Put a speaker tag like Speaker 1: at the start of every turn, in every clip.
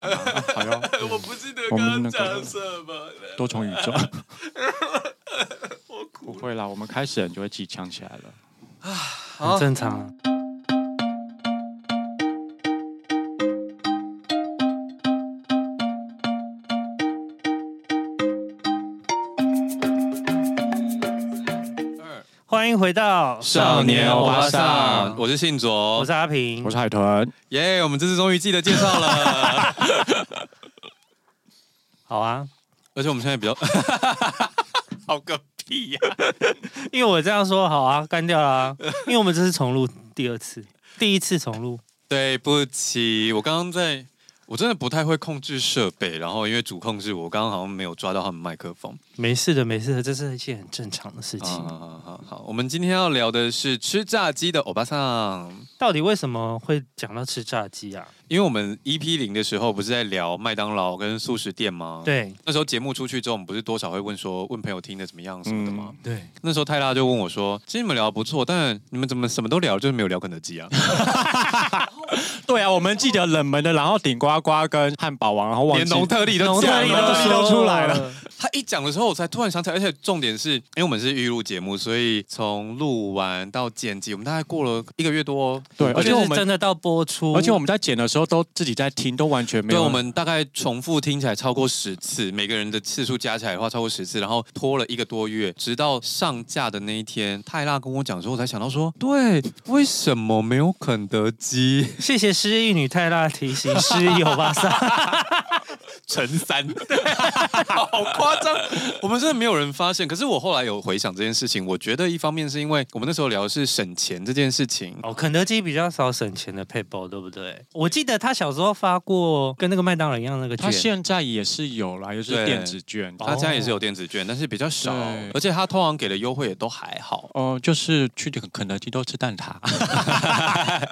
Speaker 1: 好哟，
Speaker 2: 我不记得
Speaker 1: 我
Speaker 2: 刚
Speaker 1: 们
Speaker 2: 刚
Speaker 1: 那个
Speaker 2: 讲什么了，
Speaker 1: 多重宇宙。
Speaker 2: 我
Speaker 1: 不
Speaker 2: 哭了。
Speaker 1: 会啦，我们开始了你就会自己呛起来了。
Speaker 2: 好
Speaker 3: 很
Speaker 1: 哦
Speaker 3: 正常啊。
Speaker 2: 二
Speaker 3: 欢迎回到，
Speaker 1: 少年欧巴桑
Speaker 2: 我是信
Speaker 3: 我
Speaker 2: 卓
Speaker 3: 是，阿平
Speaker 1: 我。是海豚，
Speaker 2: 耶！我们这次终于记得介绍 了，
Speaker 3: 好啊，
Speaker 2: 而且我们现在比 较好个屁呀！
Speaker 3: 因为我这样说好啊，干 掉啦、因为我们这是重录第二次，第一次重录。
Speaker 2: 对不起，我刚刚在，我真的不太会控制设备，然后因为主控是我，我刚刚好像没有抓到他们麦克 风。啊
Speaker 3: 没事的，没事的，这是一件很正常的事
Speaker 2: 好
Speaker 3: 情。
Speaker 1: 啊
Speaker 2: 好好好好，我们今天要聊的是吃炸鸡的欧巴桑。
Speaker 3: 到底为什么会讲到吃炸鸡啊？
Speaker 2: 因为我们 EP 零的时候不是在聊麦当劳跟素食店
Speaker 1: 哦
Speaker 2: 吗？，
Speaker 3: 对
Speaker 2: 那时候节目出去之后，我们不是多少会问说问朋友听的怎么样什么的吗？
Speaker 3: 对，
Speaker 2: 那时候泰拉就问我说：“其实你们聊得不错，但你们怎么什么都聊，就是没有聊肯德 基啊
Speaker 1: 对啊，我们记得冷门的，然后顶呱呱跟汉堡王，然后？”忘
Speaker 2: 连
Speaker 1: 记
Speaker 2: 农特利都
Speaker 3: 农
Speaker 2: 讲
Speaker 3: 特
Speaker 1: 特
Speaker 3: 利
Speaker 1: 利
Speaker 3: 都
Speaker 1: 都
Speaker 2: 了。
Speaker 1: 说了出来了。
Speaker 2: 他一讲的时候，我才突然想起来，而且重点是因为我们是预录节目，所以从录完到剪辑，我们大概过了一个月多、哦。
Speaker 1: 对，而
Speaker 3: 而
Speaker 1: 且
Speaker 3: 且
Speaker 1: 我
Speaker 3: 是
Speaker 1: 们
Speaker 3: 真，的到播出，
Speaker 1: 而且我们在剪的时候都自己在听，都完全没
Speaker 2: 对，
Speaker 1: 有。
Speaker 2: 我们大概重复听起来超过十次，每个人的次数加起来的话超过十次，然后拖了一个多月，直到上架的那一天，泰拉跟我讲的时候，我才想到说，对，为什么没有肯德基？
Speaker 3: 谢谢失忆女泰拉提醒，失忆欧巴桑。
Speaker 2: 乘三，好夸张！我们真的没有人发现。可是我后来有回想这件事情，我觉得一方面是因为我们那时候聊的是省钱这件事情，
Speaker 3: 哦，肯德基比较少省钱的配包，对不对？我记得他小时候发过跟那个麦当劳一样那个
Speaker 1: 他
Speaker 3: 券，
Speaker 1: 现在也是有啦，也是
Speaker 2: 对
Speaker 1: 电子券。
Speaker 2: 他家也是有电子券，但是比较少
Speaker 1: 哦对，
Speaker 2: 而且他通常给的优惠也都还好。
Speaker 1: 哦，就是去肯肯德基都吃蛋挞，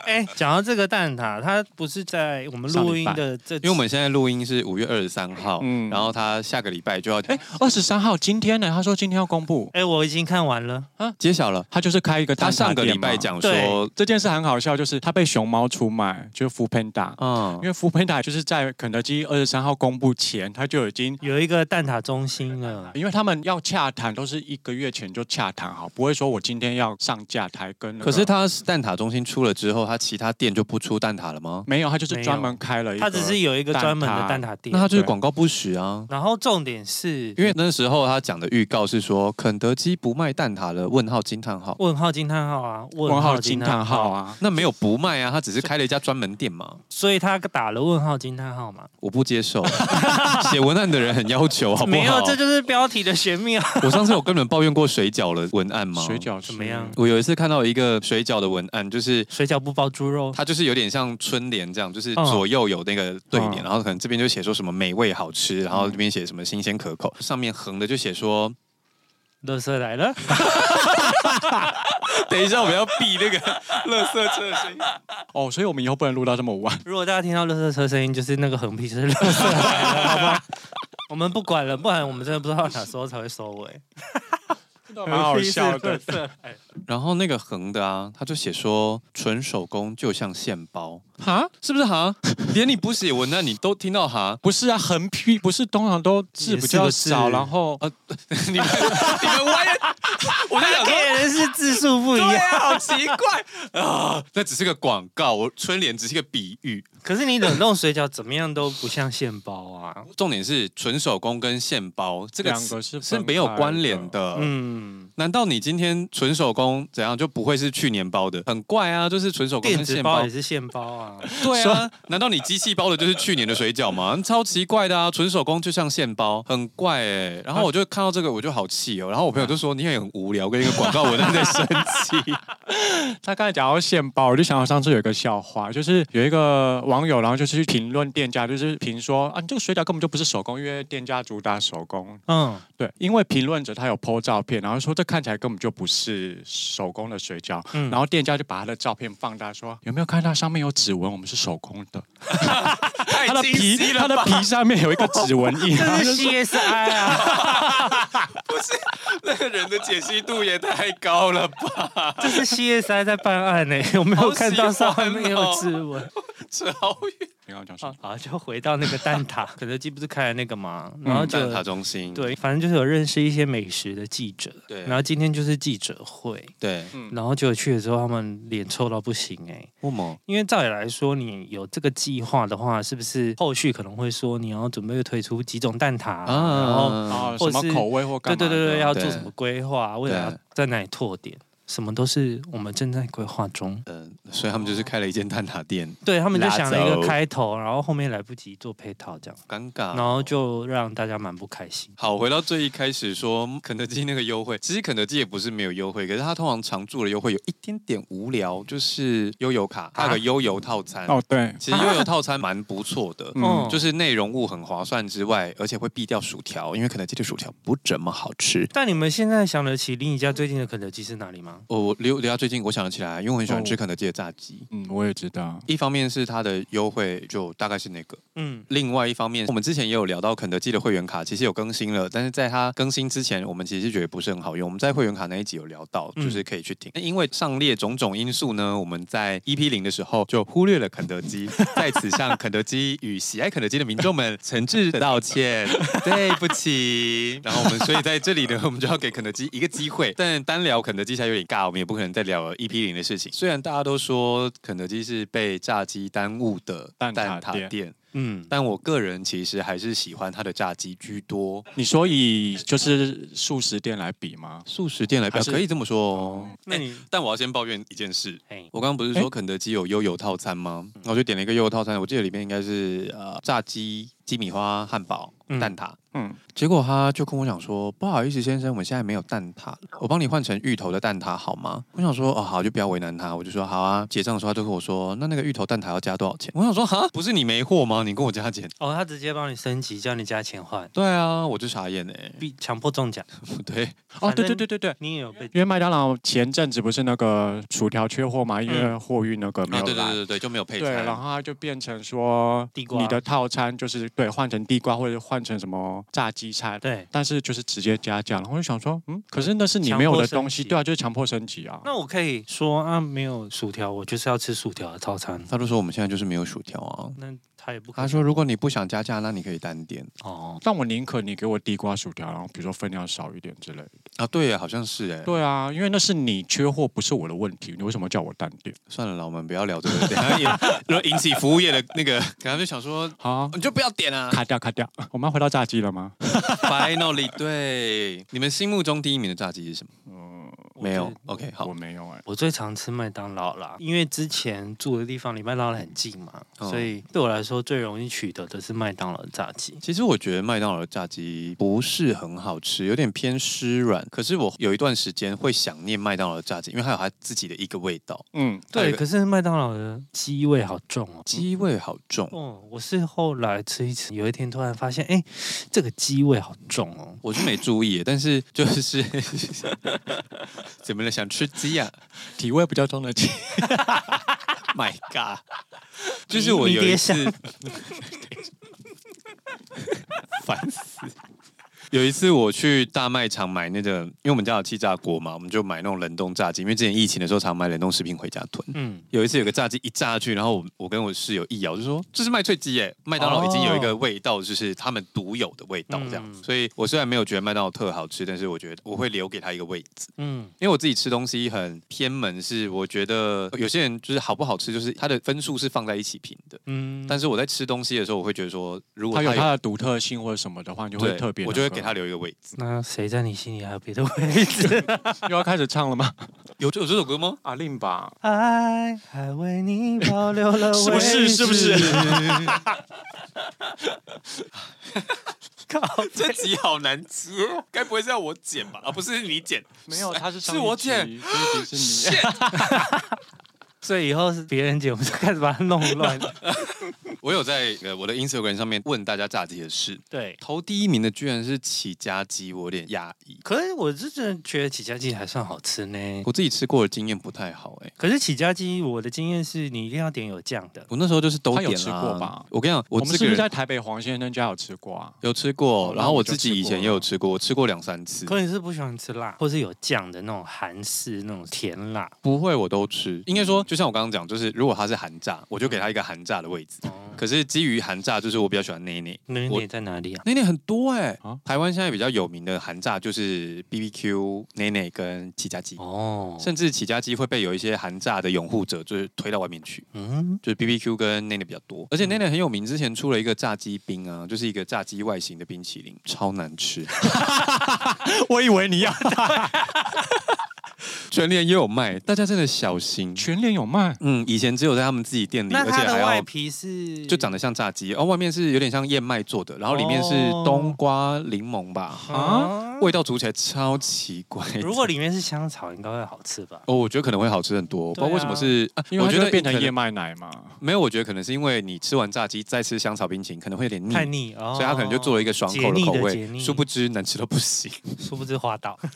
Speaker 3: 哎，讲到这个蛋挞，它不是在我们录音的这，因
Speaker 2: 因为我们现在录音是五月二十三号，
Speaker 1: 嗯
Speaker 2: 然后他下个礼拜就要哎
Speaker 1: 二十三号今天呢，他说今天要公布，
Speaker 3: 哎，我已经看完了，
Speaker 2: 揭晓了。
Speaker 1: 他就是开一个蛋
Speaker 2: 他
Speaker 1: 挞
Speaker 2: 上个
Speaker 1: 店
Speaker 2: 礼拜
Speaker 1: 嘛
Speaker 2: 讲
Speaker 3: 对
Speaker 2: 说，
Speaker 1: 这件事很好笑，就是他被熊猫出卖，就是 f o o Panda，
Speaker 2: 嗯
Speaker 1: 因，为 f o o Panda 就是在肯德基二十三号公布前，他就已经。
Speaker 3: 有一个蛋挞中心了。
Speaker 1: 因为他们要洽谈都是一个月前就洽谈好，不会说我今天要上架台跟、那个
Speaker 2: 可是他蛋挞中心出了之后，他其他店就不出蛋挞了吗？
Speaker 1: 没有，他就是
Speaker 3: 没有
Speaker 1: 专门开了一个，
Speaker 3: 它只是有一个专门的蛋挞店
Speaker 2: 那，他就是
Speaker 1: 对
Speaker 2: 广告不实啊。
Speaker 3: 然后重点是
Speaker 2: 因为那时候他讲的预告是说肯德基不卖蛋挞了，问号惊叹号。
Speaker 3: 问号惊叹号啊，
Speaker 1: 问
Speaker 3: 问
Speaker 1: 号
Speaker 3: 号
Speaker 1: 惊
Speaker 3: 惊
Speaker 1: 叹
Speaker 3: 叹
Speaker 1: 号
Speaker 3: 号啊，
Speaker 1: 啊，
Speaker 2: 那没有不卖啊，他只是开了一家专门店嘛，
Speaker 3: 所以他打了问号惊叹号嘛。
Speaker 2: 我不接受。啊 写文案的人很要求，好不好？
Speaker 3: 没有，这就是标题的玄秘啊。
Speaker 2: 我上次有跟你们抱怨过水饺的文案吗？
Speaker 1: 水，饺是
Speaker 3: 怎么样
Speaker 2: 我有一次看到一个水饺的文案，就是
Speaker 3: 水饺不包猪肉，
Speaker 2: 它就是有点像春联这样，就是
Speaker 3: 嗯
Speaker 2: 左右有那个对联，
Speaker 1: 嗯
Speaker 2: 然后可能这边就写说什么美味好吃，然
Speaker 3: 嗯
Speaker 2: 后这边写什么新鲜可口，上面横的就写说，
Speaker 3: 乐色来了。
Speaker 2: 等一下我们要避那个 垃圾车的声音。
Speaker 1: 哦，所以我们以后不能录到这么晚。
Speaker 3: 如果大家听到垃圾车声音，就是那个横批就是垃圾来了，好 吧？我们不管了，不然我们真的不知道哪时候才会收尾。 哎
Speaker 1: 蛮好笑的
Speaker 3: 横批是垃圾来了
Speaker 2: 然后那个横的啊，他就写说纯手工就像现包，
Speaker 1: 哈，？
Speaker 2: 是不是哈？ 连你不写文案你都听到哈
Speaker 1: 不是啊，横批不是通常都字比较
Speaker 3: 也是不是
Speaker 1: 少，然后
Speaker 2: 你们 你们歪了，我在想说。
Speaker 3: 给人是字数不一
Speaker 2: 对
Speaker 3: 样，
Speaker 2: 啊，好奇怪啊！那只是个广告，我春联只是个比喻。
Speaker 3: 可是你冷冻水饺怎么样都不像现包啊。
Speaker 2: 重点是纯手工跟现包这个
Speaker 1: 两
Speaker 2: 词
Speaker 1: 个是
Speaker 2: 是
Speaker 1: 分
Speaker 2: 没有
Speaker 1: 开
Speaker 2: 关联
Speaker 1: 的
Speaker 2: 的。
Speaker 3: 嗯，
Speaker 2: 难道你今天纯手工怎样就不会是去年包的？很怪啊，就是纯手工
Speaker 3: 电
Speaker 2: 跟
Speaker 3: 子
Speaker 2: 现
Speaker 3: 包
Speaker 2: 包
Speaker 3: 也。是现包啊。
Speaker 2: 对啊，难道你机器包的就是去年的水饺吗？超奇怪的啊，纯手工就像现包，很怪哎、然后我就看到这个我就好气哦，然后我朋友就说你也很无聊，跟一个广告文案在 生气。
Speaker 1: 他刚才讲到现包，我就想到上次有一个笑话，就是有一个网友，然后就是去评论店家，就是评说啊，你这个水饺根本就不是手工，因为店家主打手工。
Speaker 3: 嗯，
Speaker 1: 对，因为评论者他有 po 照片，然后说这看起来根本就不是手工的水饺，
Speaker 3: 嗯
Speaker 1: 然后店家就把他的照片放大说，有没有看到上面有指纹？我们是手工 的，
Speaker 2: 太
Speaker 1: 他的
Speaker 2: 清
Speaker 1: 皮
Speaker 2: 晰了
Speaker 1: 他的皮上面有一个指纹印， 然后
Speaker 3: 这
Speaker 1: 就是说
Speaker 3: CSI 啊，
Speaker 2: 那个人的解析度也太高了吧？
Speaker 3: 欸 哦这是 CSI 在办案呢、我没有看到上面有指纹，
Speaker 2: 扯好远。
Speaker 1: 你刚刚讲什
Speaker 3: 好
Speaker 1: 么？，
Speaker 3: 好就回到那个蛋挞，肯德基不是开了那个嘛，然后就
Speaker 2: 蛋挞中心，
Speaker 3: 对，反正就是有认识一些美食的记者，
Speaker 2: 嗯对
Speaker 3: 然后今天就是记者会，
Speaker 2: 对，
Speaker 1: 嗯
Speaker 3: 然后就去的时候他们脸臭到不行哎、
Speaker 2: 为什么？
Speaker 3: 因为照理来说，你有这个计划的话，是不是后续可能会说你要准备推出几种蛋挞啊？然后
Speaker 1: 啊，
Speaker 3: 或
Speaker 1: 什
Speaker 3: 是
Speaker 1: 么口味或干
Speaker 3: 对
Speaker 1: 嘛
Speaker 3: 哦对
Speaker 1: 的？
Speaker 3: 对对，要
Speaker 2: 对
Speaker 3: 做什么规划？啊未来要
Speaker 2: 对
Speaker 3: 在哪里拓点？什么都是我们正在规划中。
Speaker 2: 嗯，所以他们就是开了一间蛋挞店，
Speaker 3: 对他们就
Speaker 2: 拉
Speaker 3: 想了一
Speaker 2: 走
Speaker 3: 个开头，然后后面来不及做配套这样，
Speaker 2: 尴尬。
Speaker 3: 然后就让大家蛮不开心。
Speaker 2: 好，回到最一开始说肯德基那个优惠，其实肯德基也不是没有优惠，可是它通常常驻的优惠有一点点无聊，就是悠游
Speaker 3: 啊
Speaker 2: 卡，它有个悠游套餐。
Speaker 1: 哦，对，
Speaker 2: 其实悠游套餐蛮不错的，
Speaker 1: 嗯
Speaker 3: 嗯，
Speaker 2: 就是内容物很划算之外，而且会避掉薯条，因为肯德基的薯条不怎么好吃。
Speaker 3: 但你们现在想得起离你家最近的肯德基是哪里吗？
Speaker 2: 哦，我离离到最近，我想得起来，因为我很喜欢吃
Speaker 1: 哦
Speaker 2: 肯德基的炸鸡。
Speaker 1: 嗯，我也知道。
Speaker 2: 一方面是它的优惠，就大概是那个；
Speaker 3: 嗯，
Speaker 2: 另外一方面，我们之前也有聊到肯德基的会员卡，其实有更新了，但是在它更新之前，我们其实觉得不是很好用。我们在会员卡那一集有聊到，
Speaker 3: 嗯
Speaker 2: 就是可以去听。那因为上列种种因素呢，我们在 EP 零的时候就忽略了肯德基，在此向肯德基与喜爱肯德基的民众们诚挚 道歉，对不起。然后我们所以在这里呢，我们就要给肯德基一个 机会，但单聊肯德基才有点尬，我们也不可能再聊 EP 零的事情。虽然大家都说肯德基是被炸鸡耽误的
Speaker 1: 蛋挞店
Speaker 2: 店
Speaker 3: 嗯，
Speaker 2: 但我个人其实还是喜欢它的炸鸡居多。
Speaker 1: 你说以就是素食店来比吗？
Speaker 2: 素食店来
Speaker 1: 还
Speaker 2: 表
Speaker 1: 是
Speaker 2: 可以这么说哦。
Speaker 3: 那你
Speaker 2: 但我要先抱怨一件事，
Speaker 3: 哎，嗯
Speaker 2: 我刚刚不是说
Speaker 1: 哎
Speaker 2: 肯德基有悠游套餐吗？我就点了一个悠游套餐，我记得里面应该是呃炸鸡、鸡米花、汉堡、
Speaker 3: 嗯
Speaker 2: 蛋挞。
Speaker 1: 嗯，
Speaker 2: 结果他就跟我讲说：“不好意思，先生，我们现在没有蛋挞了，我帮你换成芋头的蛋挞好吗？”我想说：“哦，好，就不要为难他。”我就说：“好啊。”结账的时候，他就跟我说：“那那个芋头蛋挞要加多少钱？”我想说：“哈，不是你没货吗？你跟我加钱。
Speaker 3: 哦，他直接帮你升级，叫你加钱换”，
Speaker 2: 对啊，我就傻眼哎、
Speaker 3: 必强迫中奖，
Speaker 2: 对，
Speaker 1: 哦，
Speaker 3: 反
Speaker 1: 对
Speaker 3: 正
Speaker 1: 对对对对，
Speaker 3: 你也有被
Speaker 1: 因为麦当劳前阵子不是那个薯条缺货嘛，因为货运那个没
Speaker 2: 啊，
Speaker 1: 有
Speaker 2: 对对
Speaker 1: 来。
Speaker 2: 对对，就没有配
Speaker 1: 对，
Speaker 2: 餐。
Speaker 1: 然后它就变成说，
Speaker 3: 地瓜
Speaker 1: 你的套餐就是对换成地瓜或者换成什么炸鸡餐，
Speaker 3: 对。
Speaker 1: 但是就是直接加价。然后我就想说，嗯，可是那是你没有的东西，
Speaker 3: 强迫升级
Speaker 1: 对啊，就是强迫升级啊。
Speaker 3: 那我可以说啊，没有薯条，我就是要吃薯条的套餐。
Speaker 2: 他就说我们现在就是没有薯条啊。
Speaker 3: 那他也不可
Speaker 2: 他
Speaker 3: 能
Speaker 2: 说如果你不想加价，那你可以单点
Speaker 3: 哦，
Speaker 1: 但我宁可你给我地瓜薯条，然后比如说分量少一点之类的。
Speaker 2: 啊。对耶，好像是哎。
Speaker 1: 对啊，因为那是你缺货，不是我的问题。你为什么叫我淡定？
Speaker 2: 算了啦，我们不要聊这个，等一下也然后引起服务业的那个， 可能就想说
Speaker 1: 好啊、
Speaker 2: 你就不要点啊。
Speaker 1: 卡掉卡掉。我们要回到炸鸡了吗？
Speaker 2: Finally，对，你们心目中第一名的炸鸡是什么？
Speaker 3: 我
Speaker 2: 没有
Speaker 3: 最。
Speaker 2: OK，好
Speaker 1: 我，没有哎、
Speaker 3: 我最常吃麦当劳啦，因为之前住的地方离麦当劳很近嘛，
Speaker 2: 哦
Speaker 3: 所以对我来说最容易取得的是麦当劳的炸鸡。
Speaker 2: 其实我觉得麦当劳的炸鸡不是很好吃，有点偏湿软。可是我有一段时间会想念麦当劳的炸鸡，因为它有它自己的一个味道，
Speaker 1: 嗯，
Speaker 2: 还有一
Speaker 3: 对，
Speaker 2: 个
Speaker 3: 可是麦当劳的鸡味好重哦。
Speaker 2: 鸡味好重。
Speaker 3: 哦，我是后来吃一吃，有一天突然发现，哎，这个鸡味好重哦。
Speaker 2: 我是没注意耶，但是就是 怎么了？想吃鸡啊呀、
Speaker 1: 体味比较重的鸡。
Speaker 2: My God！就是我
Speaker 3: 迷
Speaker 2: 有一
Speaker 3: 迭
Speaker 2: 次
Speaker 3: 香，
Speaker 2: 烦死。有一次我去大卖场买那个，因为我们家有气炸锅嘛，我们就买那种冷冻炸鸡，因为之前疫情的时候常买冷冻食品回家囤。
Speaker 3: 嗯，
Speaker 2: 有一次有个炸鸡一炸下去，然后我我跟我室友一咬就说这是麦脆鸡耶，麦当劳已经有一个味道，就是他们独有的味道这样。
Speaker 3: 嗯
Speaker 2: 所以我虽然没有觉得麦当劳特好吃，但是我觉得我会留给他一个位置。
Speaker 3: 嗯，
Speaker 2: 因为我自己吃东西很偏门，是我觉得有些人就是好不好吃，就是它的分数是放在一起评的。
Speaker 3: 嗯，
Speaker 2: 但是我在吃东西的时候，我会觉得说，如果
Speaker 1: 它有
Speaker 2: 它
Speaker 1: 它的独特性或者什么的话，你就会
Speaker 2: 对
Speaker 1: 特别、
Speaker 2: 我就会给他。留一个位置。
Speaker 3: 那谁在你心里还有别的位 置？
Speaker 1: 又要开始唱了吗？
Speaker 2: 有这有这首歌吗？
Speaker 1: 阿令吧，
Speaker 3: 爱还为你保留了
Speaker 1: 是不是是不是？
Speaker 3: 靠，
Speaker 2: 这集好难接，该不会是要我剪吧？啊，不是你剪，
Speaker 1: 没有，它是
Speaker 2: 上一集我剪，
Speaker 1: 这是你。
Speaker 3: 所以以后是别人姐，我们就开始把它弄乱。
Speaker 2: 我有在呃我的 Instagram 上面问大家炸鸡的事，
Speaker 3: 对，
Speaker 2: 投第一名的居然是起家鸡，我有点压抑。
Speaker 3: 可是我是真的觉得起家鸡还算好吃呢。
Speaker 2: 我自己吃过的经验不太好哎、
Speaker 3: 可是起家鸡，我的经验是你一定要点有酱的。
Speaker 2: 我那时候就是都
Speaker 1: 他
Speaker 2: 点
Speaker 1: 有
Speaker 2: 了、
Speaker 1: 吃过吧
Speaker 2: 我跟你讲，我
Speaker 1: 我们
Speaker 2: 这
Speaker 1: 是
Speaker 2: 个
Speaker 1: 不是
Speaker 2: 人
Speaker 1: 在台北黄先生家有吃过 啊？
Speaker 2: 有吃过
Speaker 1: 哦，
Speaker 2: 然
Speaker 1: 那
Speaker 2: 后
Speaker 1: 我
Speaker 2: 我
Speaker 1: 就
Speaker 2: 自己
Speaker 1: 吃
Speaker 2: 以
Speaker 1: 过
Speaker 2: 前也
Speaker 1: 了
Speaker 2: 有吃过，我吃过两三次。
Speaker 3: 可你是不喜欢吃辣，或是有酱的那种韩式那种甜辣，
Speaker 2: 不会，我都吃。应该说，就像我刚刚讲，就是如果它是寒炸，我就给它一个寒炸的位置。可是基于寒炸，就是我比较喜欢内内。
Speaker 3: 哦那
Speaker 2: 我
Speaker 3: 你在哪里啊？
Speaker 2: 内内很多哎、
Speaker 1: 啊
Speaker 2: 台湾现在比较有名的韩炸就是 B B Q 内内跟起家鸡，
Speaker 3: 哦，
Speaker 2: 甚至起家鸡会被有一些韩炸的拥护者就是推到外面去，
Speaker 3: 嗯，
Speaker 2: 就是 B B Q 跟内内比较多，而且内内很有名，之前出了一个炸鸡冰啊，就是一个炸鸡外形的冰淇淋，超难吃，
Speaker 1: 我以为你要
Speaker 2: 全联也有卖，大家真的小心。
Speaker 1: 全脸有卖，
Speaker 2: 嗯，以前只有在他们自己店里，
Speaker 3: 那
Speaker 2: 而且
Speaker 3: 它的
Speaker 2: 还
Speaker 3: 外
Speaker 2: 要。
Speaker 3: 皮是
Speaker 2: 就长得像炸鸡，而、哦外面是有点像燕麦做的，然后里面是
Speaker 3: 哦
Speaker 2: 冬瓜柠檬吧，
Speaker 3: 啊？
Speaker 2: 味道煮起来超奇怪的。
Speaker 3: 如果里面是香草，应该会好吃吧？
Speaker 2: 哦，我觉得可能会好吃很多，不知道为什么是，啊
Speaker 1: 因为
Speaker 2: 我
Speaker 1: 它
Speaker 2: 觉
Speaker 1: 就
Speaker 2: 得
Speaker 1: 会变成
Speaker 2: 可能
Speaker 1: 燕麦奶嘛。
Speaker 2: 没有，我觉得可能是因为你吃完炸鸡再吃香草冰淇淋，可能会有点腻，
Speaker 3: 太腻哦，
Speaker 2: 所以他可能就做了一个爽口
Speaker 3: 解腻
Speaker 2: 口
Speaker 3: 的解
Speaker 2: 味，
Speaker 3: 腻
Speaker 2: 殊不知难吃到不行，
Speaker 3: 殊不知滑倒。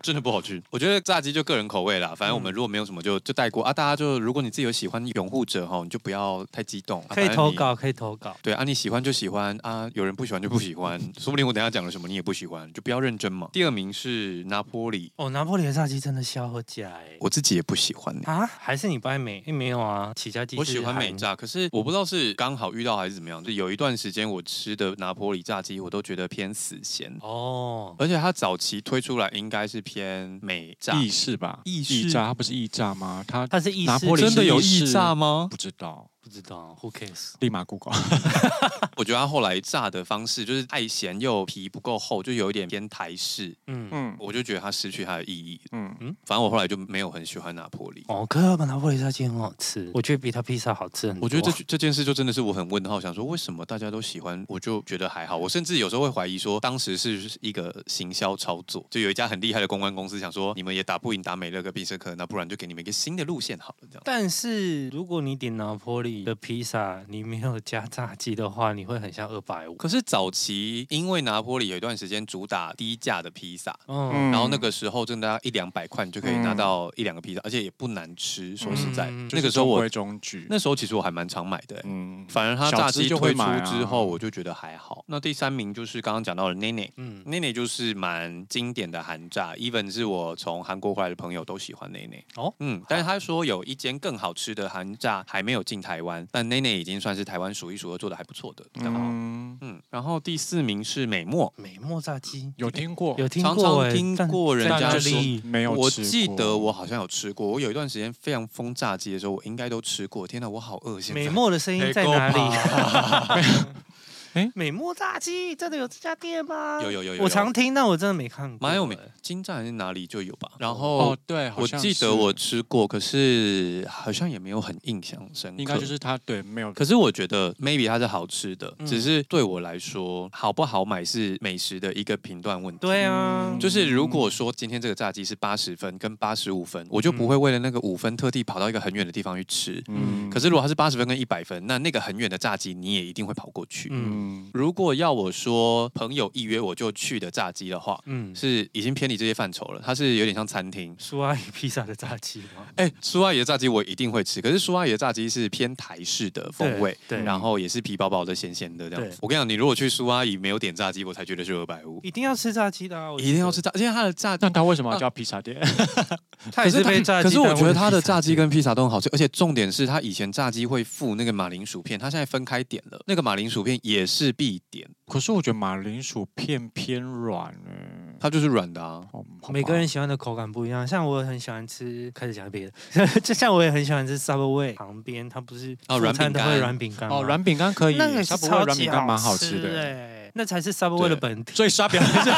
Speaker 2: 真的不好吃。嗯我觉得炸鸡就个人口味啦，反正我们如果没有什么就就带过啊，大家就如果你自己有喜欢拥护者哈，你就不要太激动， 啊
Speaker 3: 可以
Speaker 2: 反正
Speaker 3: 投
Speaker 2: 你
Speaker 3: 稿，可以投稿。
Speaker 2: 对啊，你喜欢就喜欢啊，有人不喜欢就不喜 欢，说不定我等一下讲了什么你也不喜欢，就不要认真嘛。第二名是拿坡里，
Speaker 3: 哦，拿破里的炸鸡真的消和假哎。
Speaker 2: 我自己也不喜欢、
Speaker 3: 啊？还是你不爱美？哎，没有啊，起家鸡
Speaker 2: 我
Speaker 3: 是
Speaker 2: 喜欢美
Speaker 3: 韩
Speaker 2: 炸，可是我不知道是刚好遇到还是怎么样，就有一段时间我吃的拿坡里炸鸡，我都觉得偏死咸，
Speaker 3: 哦。
Speaker 2: 而且它早期推出来应该是偏美炸。
Speaker 1: 意式吧，
Speaker 2: 意式
Speaker 1: 意炸，它不是意炸吗？它
Speaker 3: 它是意
Speaker 1: 拿
Speaker 3: 式
Speaker 1: 破
Speaker 3: 的，
Speaker 1: 仑
Speaker 2: 真的有
Speaker 1: 意
Speaker 2: 意
Speaker 1: 式
Speaker 2: 炸吗？
Speaker 1: 不知道，
Speaker 3: 不知道，Who cares？
Speaker 1: 立马 Google。
Speaker 2: 我觉得它后来炸的方式就是太咸又皮不够厚，就有一点偏台式，
Speaker 3: 嗯，
Speaker 1: 嗯
Speaker 2: 我就觉得它失去它的意义。
Speaker 1: 嗯，
Speaker 2: 反正我后来就没有很喜欢拿破里。
Speaker 3: 哦，可是本拿破里炸鸡很好吃，我觉得比它披萨好吃很多。
Speaker 2: 我
Speaker 3: 啊
Speaker 2: 觉得这这件事就真的是我很问号，想说为什么大家都喜欢，我就觉得还好。我甚至有时候会怀疑说，当时是一个行销操作，就有一家很厉害的公关公司想说，你们也打不赢达美乐跟必胜客，那不然就给你们一个新的路线好了，这样。
Speaker 3: 但是如果你点拿破里的披萨，你没有加炸鸡的话，你会很像二百五。
Speaker 2: 可是早期因为拿坡里有一段时间主打低价的披萨。
Speaker 3: 嗯，
Speaker 2: 然后那个时候，真的要一两百块，你就可以拿到一两个披萨，而且也不难吃。说实在，
Speaker 3: 嗯
Speaker 2: 那个时候我
Speaker 1: 就是中规中矩，
Speaker 2: 那时候其实我还蛮常买的、欸，
Speaker 1: 嗯，
Speaker 2: 反而它
Speaker 1: 小
Speaker 2: 炸
Speaker 1: 资
Speaker 2: 鸡
Speaker 1: 就
Speaker 2: 推
Speaker 1: 会
Speaker 2: 出
Speaker 1: 买啊
Speaker 2: 之后，我就觉得还好。那第三名就是刚刚讲到的内内，
Speaker 3: 嗯，
Speaker 2: 内内就是蛮经典的韩炸，even 是我从韩国回来的朋友都喜欢内内。
Speaker 3: 哦
Speaker 2: 哦，嗯，但是他说有一间更好吃的韩炸还没有进台湾，但内内已经算是台湾数一数二做的还不错的。嗯
Speaker 1: 嗯，
Speaker 2: 嗯，然后第四名是美墨，
Speaker 3: 美墨炸鸡
Speaker 1: 有听过，
Speaker 3: 有听
Speaker 2: 常
Speaker 3: 过
Speaker 2: 常
Speaker 3: 欸
Speaker 2: 听
Speaker 3: 但
Speaker 2: 过人
Speaker 1: 但
Speaker 2: 家
Speaker 1: 就
Speaker 2: 说
Speaker 1: 是没有吃过。
Speaker 2: 我记得我好像有吃过，我有一段时间非常疯炸鸡的时候，我应该都吃过。天哪，我好饿！现在
Speaker 3: 美墨的声
Speaker 1: 哎
Speaker 3: 音在哪里？美墨炸鸡真的有这家店吗？
Speaker 2: 有有有有
Speaker 3: 啊我
Speaker 2: 有
Speaker 3: 常听，但我真的没看过。欸
Speaker 2: 蛮有名，金站还是哪里就有吧。然后
Speaker 1: 哦，对，好
Speaker 2: 我
Speaker 1: 像
Speaker 2: 记
Speaker 1: 是
Speaker 2: 得我吃过，可是好像也没有很印象深刻。
Speaker 1: 应该就，是它对没有
Speaker 2: 可是我觉得 maybe 它是好吃的，
Speaker 3: 嗯
Speaker 2: 只是对我来说好不好买是美食的一个评断问题。
Speaker 3: 对啊，
Speaker 1: 嗯
Speaker 2: 就是如果说今天这个炸鸡是八十分跟八十五分，我就不会为了那个五分特地跑到一个很远的地方去吃。
Speaker 1: 嗯，
Speaker 2: 可是如果它是八十分跟一百分，那那个很远的炸鸡你也一定会跑过去。
Speaker 3: 嗯
Speaker 1: 嗯，
Speaker 2: 如果要我说朋友一约我就去的炸鸡的话，
Speaker 3: 嗯，
Speaker 2: 是已经偏离这些范畴了，它是有点像餐厅。
Speaker 3: 苏阿姨披萨的炸鸡吗？
Speaker 2: 哎，苏阿姨的炸鸡我一定会吃，可是苏阿姨的炸鸡是偏台式的风味，
Speaker 3: 对对
Speaker 2: 然后也是皮薄薄的、咸咸的这样
Speaker 3: 对
Speaker 2: 子。我跟你讲，你如果去苏阿姨没有点炸鸡，我才觉得是二百五，
Speaker 3: 一定要吃炸鸡的啊！我觉得
Speaker 2: 一定要吃，炸，因为它的炸。
Speaker 1: 那它为什么要叫披萨店？
Speaker 3: 它也是被炸鸡。
Speaker 2: 可是我觉得它的
Speaker 3: 但
Speaker 2: 炸
Speaker 3: 我
Speaker 2: 鸡跟披萨都很好吃，而且重点是它以前炸鸡会附那个马铃薯片，它现在分开点了，那个马铃薯片也是必点，
Speaker 1: 可是我觉得马铃薯片偏软
Speaker 3: 嗯
Speaker 1: 呢。
Speaker 2: 它就是软的啊。
Speaker 1: 好好吧
Speaker 3: 每个人喜欢的口感不一样，像我很喜欢吃，开始讲别的， 就像我也很喜欢吃 Subway 旁边，它不是
Speaker 2: 哦
Speaker 3: 副
Speaker 2: 软
Speaker 3: 餐
Speaker 2: 饼
Speaker 3: 都
Speaker 2: 干
Speaker 3: 会软饼干吗
Speaker 1: 哦，软饼干可以，
Speaker 3: 那个
Speaker 1: 它
Speaker 3: 是
Speaker 1: 不会
Speaker 3: 超级
Speaker 1: 软饼干蛮好
Speaker 3: 吃
Speaker 1: 吃的。
Speaker 3: 哎，那才是 Subway 的
Speaker 2: 对
Speaker 3: 本体，
Speaker 1: 所以刷表就是